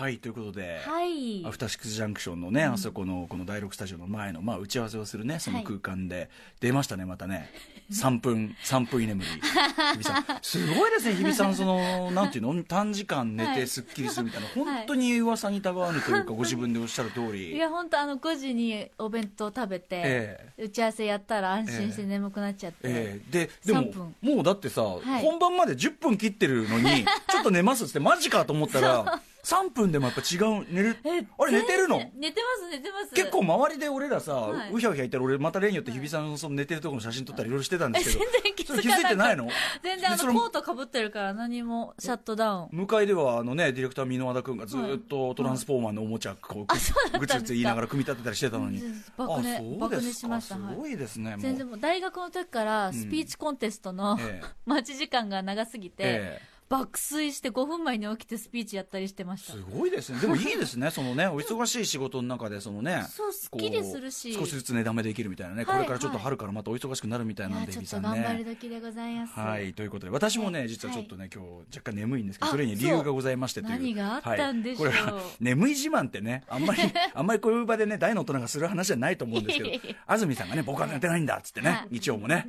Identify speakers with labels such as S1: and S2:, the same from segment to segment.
S1: はい、ということで、
S2: はい
S1: アフターシックスジャンクションのね、あそこの、この第6スタジオの前の、まあ、打ち合わせをするね、その空間で、出ましたね、また ね。3分、3分居眠り。日比さん。すごいですね、日比さん、その、なんていうの、短時間寝てすっきりするみたい な、本当に噂にたがわぬというか、ご自分でおっしゃる通
S2: い
S1: り。
S2: や本当あの5時にお弁当食べて、
S1: え
S2: 打ち合わせやったら安心して眠くなっちゃって、
S1: ええで、で
S2: 3
S1: も
S2: 分、
S1: もうだってさ、
S2: い
S1: 本番まで10分切ってるの に、ちょっと寝ますっつって、マジかと思ったら、3分でもやっぱ違う、寝る、あれ寝てるの
S2: 全然寝てます寝てます
S1: 結構周りで俺らさ、
S2: はいう
S1: ひゃうひゃ言ったら俺また例によって日比さんのその寝てるところの写真撮ったりいろいろしてたんで
S2: え
S1: すけ
S2: 全
S1: ど、
S2: 然気
S1: それ
S2: づ
S1: 気
S2: か
S1: づ
S2: ない
S1: てないの
S2: 全然あ
S1: でそ
S2: のコートかぶってるから何もシャットダウン
S1: 向かいではあのねディレクター箕輪田君がずーっとトランスフォーマーのおもちゃこうぐつぐつぐつ言いながら組み立てたりしてたのに
S2: うん爆寝
S1: あそう
S2: 爆
S1: で
S2: 寝
S1: す
S2: し
S1: か
S2: まし
S1: す
S2: たはい
S1: ごいですねも
S2: 全然
S1: う
S2: もう大学の時からスピーチコンテストの、
S1: ええ
S2: 待ち時間が長すぎて、
S1: ええ
S2: 爆睡して5分前に起きてスピーチやったりしてました
S1: すごいですねでもいいです ねそのねお忙しい仕事の中でそのね
S2: そうすっ
S1: こ
S2: きりするし
S1: 少しずつ値段目できるみたいなね
S2: はい
S1: これからちょっと春からまたお忙しくなるみたい
S2: い
S1: なん
S2: や
S1: で日
S2: ちょっ
S1: 比
S2: と
S1: さん
S2: 頑張
S1: ね
S2: る時でございます、
S1: はい、ということで、私もね、
S2: はい
S1: 実はちょっとね、今日若干眠いんですけど、
S2: あ
S1: それに理由がございましてという。
S2: 何があったんでしょう
S1: はいこれは、 眠い自慢ってね、あん まり、あんまりこういう場でね、大の大人がする話じゃないと思うんですけど
S2: いえいえ、
S1: 安住さんがね、僕は寝てないんだ、っつって
S2: は
S1: ね
S2: い、
S1: 日曜もね、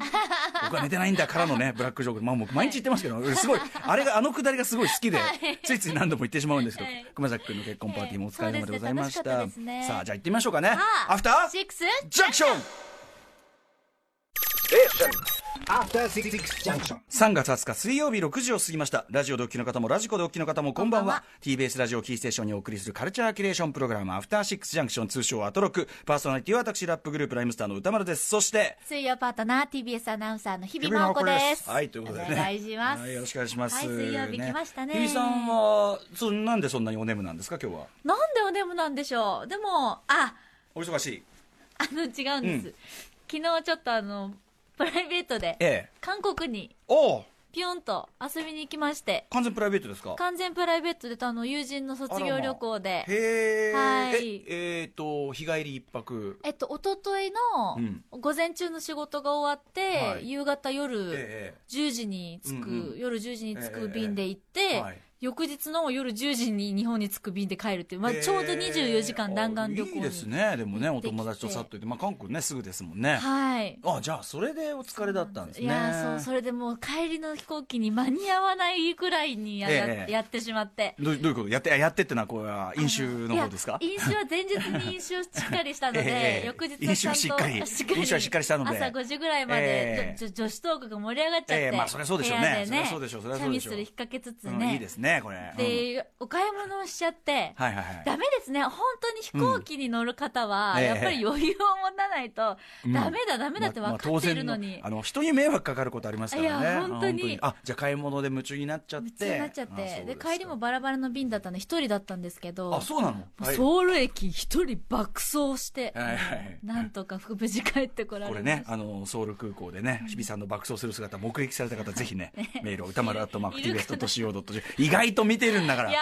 S1: 僕は寝てないんだからの ね、ブラックジョーク、まあもう毎日言ってますけど、俺すごい、あれが、あのくだりがすごい好きで、ついつい何度も言ってしまうんですけど
S2: はい、
S1: 熊崎くんの結婚パーティーもお疲れ様でございまし
S2: そ
S1: た。
S2: うですね楽しかったですね
S1: さあ、じゃあ行ってみましょうかね
S2: さ。あ
S1: アフター
S2: シックス
S1: ジャンクション
S3: After Six Junction.
S1: 3月20日水曜日6時を過ぎましたラジオでお聞きの方もラジコでお聞きの方もこんばんは
S2: こんばんは
S1: TBS ラジオキーステーションにお送りするカルチャーキュレーションプログラム「アフターシックスジャンクション」通称アトロクパーソナリティは私ラップグループライムスターの歌丸ですそして
S2: 水曜パートナー TBS アナウンサーの日々真央子です
S1: はいということでね
S2: お願いします、
S1: はいよろしくお願いします、
S2: はい水曜日来ましたね
S1: 日比さんはそんなんでそんなにお眠なんですか今日は
S2: なんでお眠なんでしょうでもあ
S1: お忙しい
S2: あの違うんです、
S1: うん
S2: 昨日ちょっとあのプライベートで
S1: ええ
S2: 韓国に
S1: おう
S2: ピョンと遊びに行きまして
S1: 完全プライベートですか
S2: 完全プライベートであの友人の卒業旅行で、
S1: へえ、
S2: はい
S1: ええーと日帰り一泊
S2: えっと一昨日
S1: うん
S2: の午前中の仕事が終わって、
S1: はい
S2: 夕方夜、
S1: え
S2: 10時に着く、
S1: うんうん
S2: 夜10時に着
S1: ええ
S2: く便で行って、
S1: はい
S2: 翌日の夜10時に日本に着く便で帰るっていう、まあ、
S1: えー
S2: ちょうど24時間弾丸旅行に、
S1: いいですねでもね
S2: 行
S1: お
S2: ってきて
S1: 友達とさっといて、まあ、韓国ねすぐですもんね
S2: はい
S1: あじゃあそれでお疲れだったんですね
S2: いやーそうそれでもう帰りの飛行機に間に合わないくらいにや,や、
S1: ええ
S2: やってしまって
S1: どうどういうことやってやってってのはこれは飲酒の方ですか
S2: いや飲酒は前日に飲酒をしっかりしたので、
S1: ええ
S2: 翌日
S1: 飲酒はしっかり飲酒はしっかりしたので
S2: 朝5時ぐらいまで、
S1: ええ
S2: じょじょ女子トークが盛り上がっちゃって、
S1: ええまあそりゃそうでしょうね
S2: 部屋
S1: そりゃそうでしょうそりゃそうでしょう
S2: チャミスル引っ掛けつつね、
S1: うんいいですねこれ、うん
S2: でお買い物をしちゃって、
S1: はいはいはい
S2: ダメですね、本当に飛行機に乗る方は、
S1: うん
S2: やっぱり余裕を持たないと、
S1: うん
S2: ダメだ、ダメだって
S1: ま
S2: 分
S1: あ
S2: かっているのに、
S1: まあ当然あの人に迷惑かかることありますからね
S2: いや本当に
S1: あじゃあ買い物で夢中になっちゃって
S2: 夢中になっちゃっ
S1: あそ
S2: て
S1: う
S2: です
S1: か
S2: 帰りもバラバラの便だったんで、一人だったんですけど、
S1: あそうなの、はい
S2: ソウル駅一人爆走して、
S1: はいはい
S2: なんとか無事帰ってこら
S1: こ
S2: れ
S1: れ
S2: まし
S1: ね、あの、ソウル空港でね、日比さんの爆走する姿、目撃された方、ぜひ ね、メールを歌丸アットマーク TBS ドット CO ドット意外と見てるんだから。
S2: やば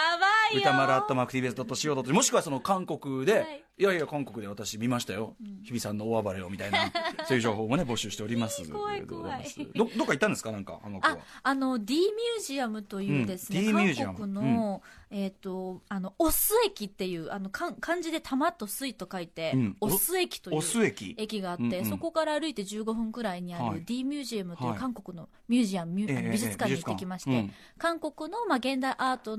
S2: いよ
S1: 歌丸アットマーク TBS ドット CO ドットもしくはその韓国で、
S2: はい
S1: い、やいや、韓国で私見ましたよ。日比さんの大暴れをみたい な、そういう情報もね、募集しております。
S2: 怖い怖い
S1: ど、どっか行ったんですかなんか、あの子は
S2: あ。あの D ミュージアムというですね、
S1: うん D ミュージアム
S2: 韓国の、えっ、とあのオス駅っていうあのかん漢字で玉と水と書いて、
S1: うん
S2: オス駅とい
S1: オス
S2: う
S1: 駅。
S2: 駅があって、
S1: うんうん
S2: そこから歩いて15分くらいにあ
S1: は
S2: る
S1: い
S2: D ミュージアムとい
S1: は
S2: う
S1: い
S2: 韓国のミュージアム、ミュ
S1: ええええ
S2: 美術館に行ってきまして、
S1: 美術館
S2: 韓国の、まあ、現代アート
S1: は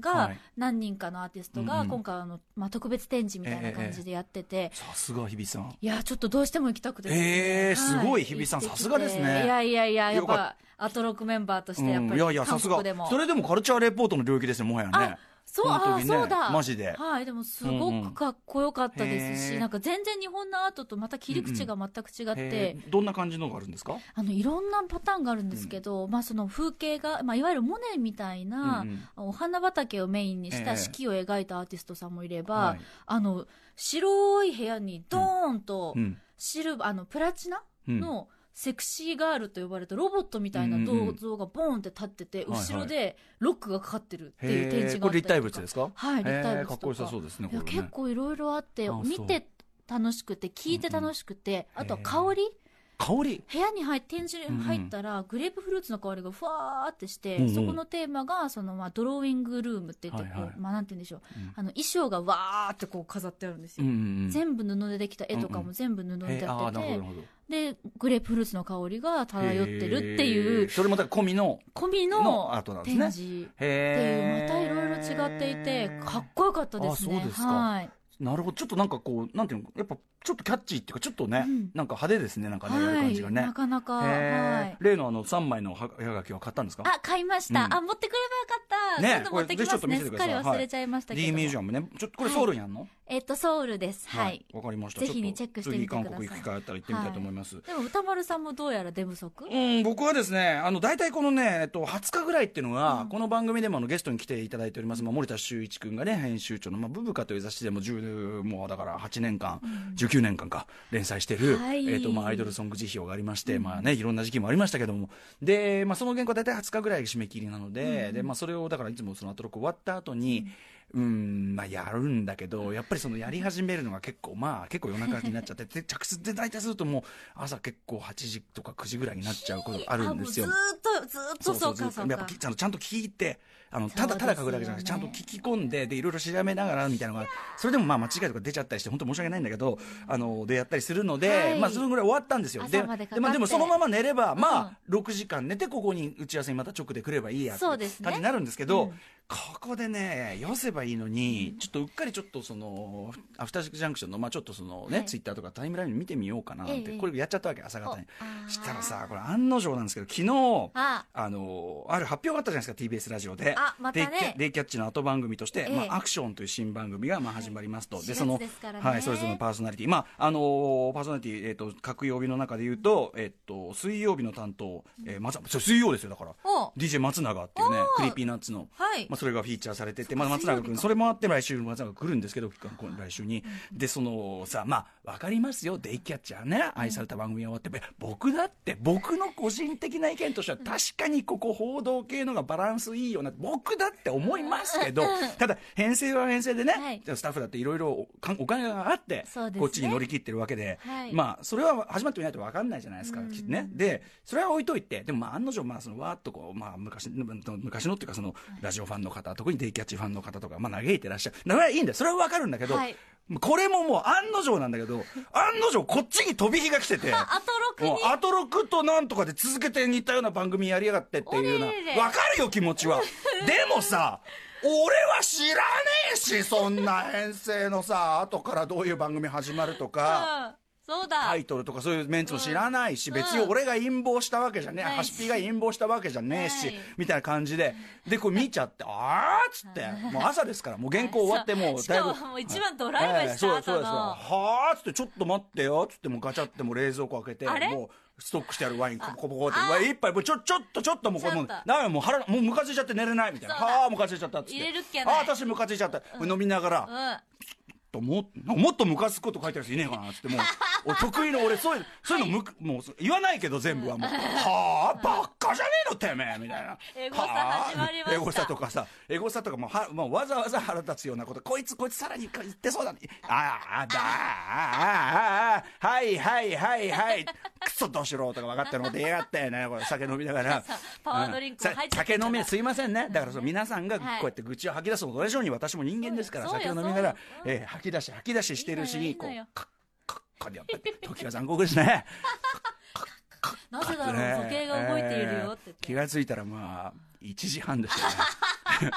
S2: が
S1: い
S2: 何人かのアーティスト
S1: うん
S2: が
S1: うん
S2: 今回あの、まあ、特別展示みたいな感じでやってて、
S1: さすが日比さん。
S2: いや、ちょっとどうしても行きたくてですね、
S1: ええすごい日比さん
S2: 行ってきて
S1: さすがですね
S2: いやいやいや、や
S1: よ
S2: っ
S1: かっ
S2: ぱ、アトロックメンバーとし
S1: うん、
S2: て、やっぱ
S1: い
S2: り、
S1: やいや、さ
S2: 韓
S1: すが
S2: 国でも。。
S1: それでもカルチャーレポートの領域ですね、もはやね
S2: あ。そう、
S1: 本当
S2: あ
S1: に
S2: あ、
S1: ね
S2: そうだ。
S1: マジで
S2: はい、でも、すごくかっこよかったですし、
S1: うんうんへえ
S2: なんか全然日本のアートとまた切り口が全く違って、
S1: えーどんな感じのがあるんですか
S2: あの、いろんなパターンがあるんですけど、まあ、その風景が、まあ、いわゆるモネみたいな、
S1: うんうん
S2: お花畑をメインにし
S1: ええ
S2: た四季を描いたアーティストさんもいれば、
S1: はい
S2: あの、白い部屋にドーンと、
S1: うん
S2: シルバー、あの、プラチナ
S1: うん
S2: のセクシーガールと呼ばれたロボットみたいな銅像がボーンって立ってて、
S1: うんうん
S2: 後ろでロックがかかってるっていう展
S1: へ
S2: 示
S1: ー
S2: があ
S1: こ
S2: っ
S1: れ
S2: たり
S1: 立体物
S2: とか
S1: ですか
S2: はい立体物と
S1: へー
S2: か
S1: かっこよさそうですね
S2: いや
S1: これね
S2: 結構いろいろあって
S1: あそう
S2: 見て楽しくて聞いて楽しくて、
S1: うん
S2: あとは香り、
S1: 香り
S2: 部屋に入展示
S1: うんうん
S2: 入ったら、グレープフルーツの香りがふわーってして、
S1: うんうん
S2: そこのテーマがその、まあ、ドローイングルームって言ってこう、
S1: はいはい
S2: まあ、なんて言うんでしょう、
S1: うん
S2: あの衣装がわーってこう飾ってあるんです
S1: うん
S2: よ、
S1: うんうん
S2: 全部布でできた絵とか
S1: うんう
S2: も全部布で
S1: へー
S2: や
S1: あー
S2: って
S1: な
S2: て、
S1: るほどなるほど
S2: でグレープフルーツの香りが漂ってるってい
S1: へ
S2: う
S1: ーそれもだから込みの
S2: 込み
S1: の
S2: の
S1: アートなんです
S2: 展
S1: ね
S2: 示っていう
S1: へ
S2: ま
S1: ー
S2: たいろいろ違っていてかっこよかったですね
S1: あそうですか
S2: はい
S1: なるほどちょっとなんかこうなんていうのやっぱちょっとキャッチーっていうかちょっとね、
S2: うん
S1: なんか派手ですねなんかね、やる
S2: は
S1: 感じが
S2: い、
S1: ね
S2: なかなか、は
S1: へ
S2: い
S1: ー、例のあの3枚のは絵はがきは買ったんですか
S2: あ買いました、
S1: うん
S2: あ持ってくればよかった、
S1: ね
S2: 今度持ってき
S1: これぜ
S2: ますね
S1: ひちょっと見せ
S2: す
S1: てく
S2: っ
S1: ださ
S2: か
S1: い
S2: り忘れちゃいましたけど
S1: D
S2: も、
S1: ミュージアムねちょっとこれソウルにあんの
S2: えっとソウルですはい、
S1: わ、かりました
S2: ぜひねチェックしてみてくださ
S1: 次
S2: い
S1: 韓国行く機会あったら行ってみたいと思います、
S2: でも歌丸さんもどうやら出不足、
S1: うん、僕はですね、あの、大体このね、えっと、20日ぐらいっていうのが、この番組でもあの、ゲストに来ていただいております、まあ、森田修一君がね、編集長の、まあ、ブブカという雑誌でも10、もうだから8年間、19年間か、連載してる、
S2: はい
S1: えっと、まあ、アイドルソング辞表がありまして、まあね、いろんな時期もありましたけども、で、まあ、その原稿は大体20日ぐらいが締め切りなので、で、まあ、それを、だからいつもそのアトロク終わった後に、うん、まあ、やるんだけど、やっぱりそのやり始めるのが結構、まあ、結構夜中になっちゃって、で、着数で大体するともう、朝結構8時とか9時ぐらいになっちゃうことがあるんですよ。
S2: もうずーっとずーっとそう
S1: ずっと
S2: かそう
S1: やっ
S2: か
S1: ぱきちゃんとちゃんと聞いて、あの、ただただ書くだけじゃなくて、ち
S2: そ
S1: ゃ
S2: うんです
S1: と
S2: よね
S1: 聞き込んで、で、いろいろ調べながら、みたいなのが、それでもまあ間違いとか出ちゃったりして、本当申し訳ないんだけど、あの、でやったりするので、
S2: はい
S1: まあそのぐらい終わったんですよ。で、
S2: 朝までかかって
S1: でまあでもそのまま寝れば、まあ、6時間寝て、ここに打ち合わせにまた直で来ればいいや、
S2: そうですね
S1: 感じになるんですけど、
S2: うん
S1: ここでね、よせばいいのに、ちょっとうっかりちょっとその、アフターシックスジャンクションの、まあちょっとそのね、
S2: はい
S1: ツイッターとかタイムライン見てみようかなって、
S2: ええ
S1: これやっちゃったわけ、朝方に
S2: おあ。ー
S1: したらさ、これ案の定なんですけど、昨日、
S2: あ
S1: あのーある発表があったじゃないですか TBS ラジオで
S2: あまたね
S1: デイキャ「デイキャッチ」の後番組として「
S2: ええ
S1: まあ、アクション」という新番組がまあ始まりますと、
S2: はい
S1: その
S2: 4月ですからね
S1: はい、それぞれのパーソナリティまああのーパーソナリティ、えー、と各曜日の中で言うと,、えー、と水曜日の担当、えー松そう水曜ですよだから
S2: お
S1: DJ 松永っていうね
S2: お
S1: クリーピーナッツの。
S2: はい、
S1: まあ、それがフィーチャーされてて、
S2: っか
S1: まあ、松
S2: 水曜
S1: 永
S2: 日
S1: 君
S2: か
S1: それもあって来週松永君来るんですけど今今来週にでそのさまあ分かりますよデイキャッチャーね愛された番組が終わってべ僕だって僕の個人的な意見としては確かにここ報道系のがバランスいいよな僕だって思いますけどただ編成は編成でね、
S2: はい
S1: スタッフだっていろいろお金があって、
S2: そうですね
S1: こっちに乗り切ってるわけで、
S2: はい
S1: まあそれは始まってみないと分かんないじゃないですか、
S2: うん
S1: きっとねでそれは置いといてでもまあ案の定まあそのわーっとこう、まあ、昔の昔のっていうかそのラジオファンの方特にデイキャッチファンの方とか、まあ、嘆いてらっしゃるだからいいんだよそれは分かるんだけど、
S2: はい
S1: これももう案の定なんだけど案の定こっちに飛び火が来てて。
S2: あアトロクに
S1: もうアトロクとなんとかで続けて似たような番組やりやがってっていうよ
S2: おれれ
S1: う
S2: れ
S1: なわかるよ気持ち はでもさ俺は知らねえしそんな編成のさ後からどういう番組始まるとか
S2: うんそうだ、
S1: タイトルとかそういうメンツも知らないし、
S2: うん
S1: 別に俺が陰謀したわけじゃねえ、
S2: ないし
S1: ハシピが陰謀したわけじゃねえし、
S2: はい
S1: みたいな感じで、で、これ見ちゃって、あーっつ って、もう朝ですから、もう原稿終わってもう
S2: し
S1: だい
S2: か
S1: ぶ。
S2: ももう一番ドライブした
S1: はいそう
S2: 後
S1: ですそうです
S2: の
S1: はーっつって、ちょっと待ってよ、つってもうガチャってもう冷蔵庫開け
S2: あ
S1: て、
S2: れ
S1: もうストックしてあるワイン、コポコポコって、
S2: あ
S1: うわ一杯、もうちょ、ちょっと、ちょっともうこれもう、
S2: ちょっと
S1: なんかもう腹、もうムカついちゃって寝れないみたいな。
S2: そうだ
S1: はー、ムカついちゃったっつって。
S2: 入れるっきゃない
S1: あー、私ムカついちゃった。飲みながら、
S2: う
S1: とももっとムカつくこと書いてる人いねえかなっつってもう 俺得意の俺そういうそういうのむく、もう言わないけど全部はもう「はあばっかじゃねえのてめえ」みたいな「
S2: エゴサ
S1: はあ
S2: 始まりました
S1: エゴサとかさエゴサとかもうは、もうわざわざ腹立つようなことこいつこいつさらに言ってそうだねあああだああああはいはいはいはいクソどしろとか分かってること言いやがってねこれ酒飲みながら
S2: そうパワードリンクも入っちゃっ
S1: 酒
S2: てるから
S1: 飲めすいませんねだからその皆さんがこ
S2: はいう
S1: やって愚痴を吐き出すのと同じように私も人間ですから
S2: そうよ
S1: 酒を飲みながら
S2: そうよ、
S1: えー吐き出し吐き出ししてるし
S2: いい
S1: こ
S2: の
S1: う
S2: よいいのよ
S1: カッカッカッでやって時が残酷ですね。
S2: んなぜだろう時計が動いているよって言っ
S1: えー
S2: て
S1: 気がついたらまあ1時半でしたね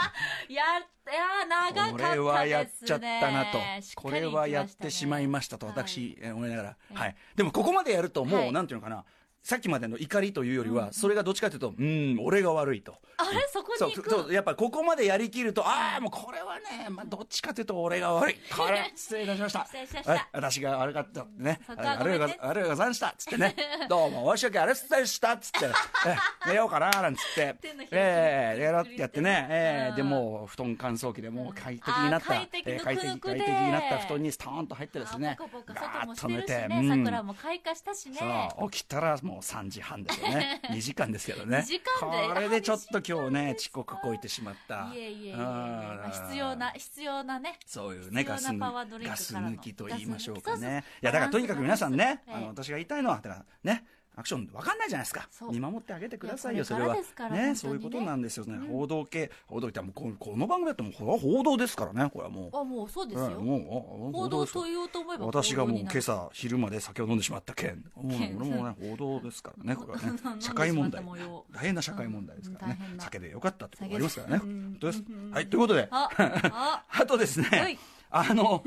S2: やった長かった
S1: こ
S2: ですね
S1: れはやっちゃったなと、
S2: しっ
S1: こ
S2: かり
S1: れ
S2: 行き
S1: はやってしまいましたと私、えー思いながら、はい、でもここまでやるともう、
S2: はい
S1: なんていうのかなさっきまでの怒りというよりは、それがどっちかというとうん俺が悪いと。
S2: たねあれそこ
S1: そう
S2: に行く
S1: そうやっぱここまでやりきるとああもうこれはね、まあ、どっちかというと俺が悪 いこれ失礼いたしました
S2: 失礼しました
S1: はい私が悪かったね
S2: そこは
S1: あ
S2: ご
S1: れ
S2: めんね
S1: があれがござんしたっつって ねどうも申し訳あれでしたっつってえ寝ようかななんつって
S2: 手のひら
S1: ええやろってやってね、え
S2: うん
S1: えでもう布団乾燥機でもう快適になった、
S2: あー快適
S1: ええ快適
S2: ぬくぬ
S1: 快
S2: くで
S1: 適になった布団にストーンと入ってですね
S2: あポカポカ
S1: ガー
S2: 外
S1: ッ
S2: も
S1: と
S2: して
S1: 寝う
S2: るしてね、
S1: ん
S2: 桜も開花したしね
S1: そう起きたらももう3時半ですよ ね。2時間ですけどね。
S2: 2時間で
S1: これでちょっと今日ね、遅刻こいてしまった。
S2: いえいえいえいえ、
S1: うん
S2: まあ、必要な必要なね
S1: そういうね、ガス
S2: 必要なパワードリン
S1: 抜ガ
S2: ク
S1: ス抜きと言いましょうか
S2: ガス抜
S1: ね
S2: き。
S1: いや、だからとにかく皆さんね、
S2: そうそう
S1: あの、
S2: ええ
S1: 私が言いたいのは、だからね、アクションわかんないじゃないですか
S2: そ。う
S1: 見守ってあげてくださいよ、
S2: い
S1: そ
S2: やこ
S1: れ
S2: れ
S1: は
S2: からですか。ら
S1: ね、
S2: 本当にね
S1: そういうことなんですよね。報道系、報道ってもうこの、この番組だってもう、これは報道ですからね、これはもう。
S2: あもうそうですよ、
S1: うんもうあ
S2: 報道
S1: ですよ
S2: と言おうと思えば
S1: 私がもう
S2: 報道にな
S1: 今
S2: る
S1: 朝昼まで酒を飲んでしまった件もう俺
S2: 件
S1: もね報道ですからねこ れは
S2: 飲んでしまっ
S1: ね
S2: た
S1: 社会問題
S2: 模様
S1: 大変な社会問題ですからね
S2: うん大変な
S1: 酒でよかったってことがありますからね
S2: 酒で
S1: 本当ですはいということで
S2: あ あ
S1: あとです
S2: は
S1: ね
S2: い、
S1: あの、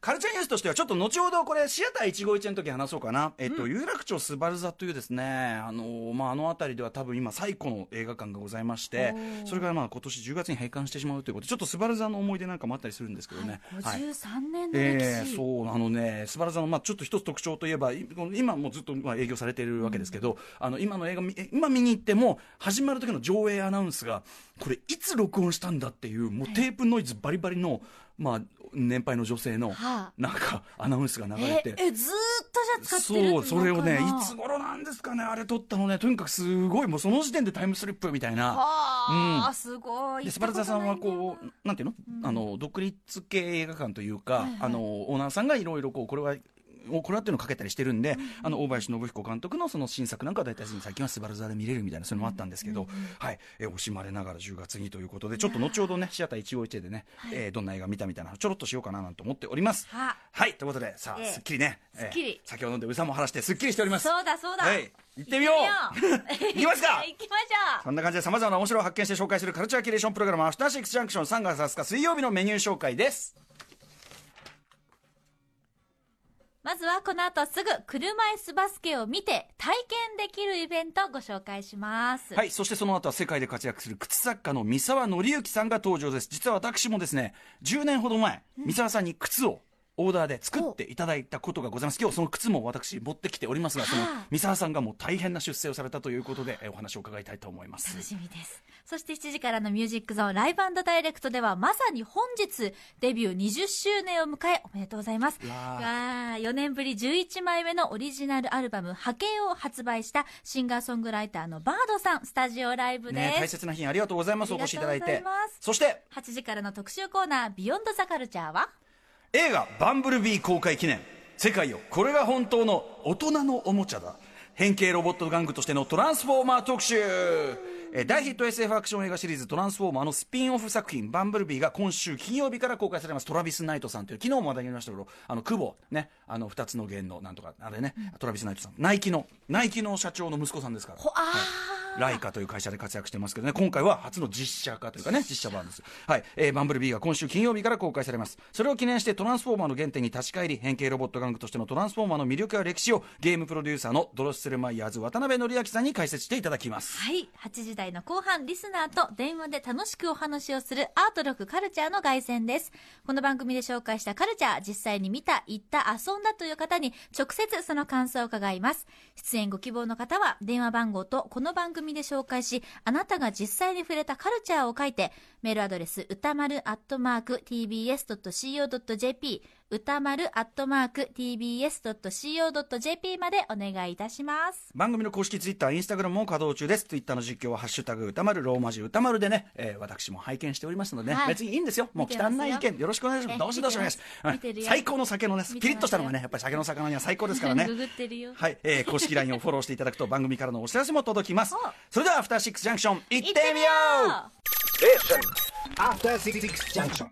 S1: カルチャーニュースとしては、ちょっと後ほど、これ、シアター一期一会の時話そうかな。えっと、有楽町スバル座というですね、あのー、まあ、あの辺りでは多分今最古の映画館がございまして
S2: お、ー
S1: それがまあ今年10月に閉館してしまうということで、ちょっとスバル座の思い出なんかもあったりするんですけどね。はい
S2: 53年の歴
S1: え
S2: 史、
S1: ー、そうあのね、スバル座の、まあ、ちょっと一つ特徴といえば、いこの今もうずっと、まあ、営業されているわけですけど、あの今の映画見、え今見に行っても、始まる時の上映アナウンスが、これ、いつ録音したんだっていう、もうテープノイズバリバリの、まあ、年配の女性の、
S2: はあ
S1: なんか、アナウンスが流れて。
S2: ええずーっとじゃあ使ってる
S1: そう、それをね、い
S2: のかな
S1: つ頃なんですかね、あれ撮ったのね、とにかくすごい、もうその時点でタイムスリップみたいな。
S2: はあ、すごい
S1: でスパルザさんはこ
S2: 行っ
S1: うなんていうの,、あの独立系映画館というか、
S2: いはい
S1: あのオーナーさんがいろいろこうこれは。おこれはっていうのをかけたりしてるんで、あの大林信彦監督のその新作なんかは大体最近は「スバル座で見れるみたいなそういうのもあったんですけど、はい、え惜しまれながら10月にということでちょっと後ほどねシアター151でね、えーどんな映画見たみたいなのちょろっとしようかななんて思っております。
S2: たことないんだよなは
S1: はいということでさあ、
S2: ええ
S1: すっきりね、
S2: すっきり
S1: 酒を飲んでうさも晴らしてすっきりしておりま
S2: あ
S1: す。
S2: そうだそうだ、
S1: はい行ってみよう
S2: 行ってみよ
S1: 行きますか
S2: 行きましょ
S1: そんな感じで様々な面白を発見して紹介するカルチャーキュレーションプログラム、アフターシックスジャンクション3月20日水曜日のメニュー紹介です。
S2: うまずはこの後すぐ車椅子バスケを見て体験できるイベントをご紹介します
S1: はい、そしてその後は世界で活躍する靴作家の三沢紀之さんが登場です。実は私もですね、10年ほど前、三沢さんに靴をオーダーで作っていただいたことがございます。今日その靴も私持ってきておりますが、その
S2: はあ
S1: 三沢さんがもう大変な出世をされたということで、えお話を伺いたいと思います。
S2: 楽しみです。そして7時からのミュージックゾーンライブダイレクトではまさに本日デビュー20周年を迎えおめでとうございます。
S1: うわー
S2: わ4年ぶり11枚目のオリジナルアルバム波形を発売したシンガーソングライターのバードさんスタジオライブ
S1: ね、
S2: で
S1: 大
S2: す。
S1: 切な日にありがとうございます。お
S2: あり
S1: 越
S2: が
S1: し
S2: と
S1: いうた
S2: ご
S1: だ
S2: ざ
S1: い
S2: います
S1: て。そして、
S2: 8時からの特集コーナービヨンドザカルチャーは
S1: 映画「バンブルビー」公開記念世界よこれが本当の大人のおもちゃだ変形ロボット玩具としてのトランスフォーマー特集えー大ヒット SF アクション映画シリーズ「トランスフォーマー」のスピンオフ作品「バンブルビー」が今週金曜日から公開されますトラビス・ナイトさんという昨日も話題になりましたけどあの久保ねあの2つの弦のなんとかあれねトラビス・ナイトさんナイキのナイキの社長の息子さんですから
S2: あー
S1: ライカという会社で活躍してますけどね、今回は初の実写化というかね、実写版です。はい。えーバンブルビーが今週金曜日から公開されます。それを記念してトランスフォーマーの原点に立ち返り、変形ロボット玩具としてのトランスフォーマーの魅力や歴史をゲームプロデューサーのドロッセルマイヤーズ渡辺則明さんに解説していただきます。
S2: はい。8時台の後半、リスナーと電話で楽しくお話をするアート力カルチャーの凱旋です。この番組で紹介したカルチャー、実際に見た、行った、遊んだという方に直接その感想を伺います。出演ご希望の方は電話番号とこの番組で紹介し、あなたが実際に触れたカルチャーを書いて、メールアドレス、歌丸アットマーク tbs.co.jp、歌丸アットマーク tbs.co.jp までお願いいたします。
S1: 番組の公式ツイッター、インスタグラムも稼働中です。ツイッターの実況は、ハッシュタグ歌丸、ローマ字歌丸でね、えー私も拝見しておりますのでね、
S2: はい
S1: 別にいいんですよ。もう
S2: 見
S1: 汚
S2: てますよ
S1: い意見、よろしくお願いします。
S2: え
S1: どうしどうしお願いします
S2: 見て
S1: う
S2: るよ見てる
S1: ん。
S2: よ
S1: 最高の酒のね、
S2: 見てますよ。
S1: ピリッとしたのがね、やっぱり酒の魚には最高ですからね
S2: ググってるよ。
S1: はい、えー公式 LINE をフォローしていただくと番組からのお知らせも届きます
S2: お。
S1: それでは、アフターシックスジャンクション、行ってみよう
S3: After Six Junction.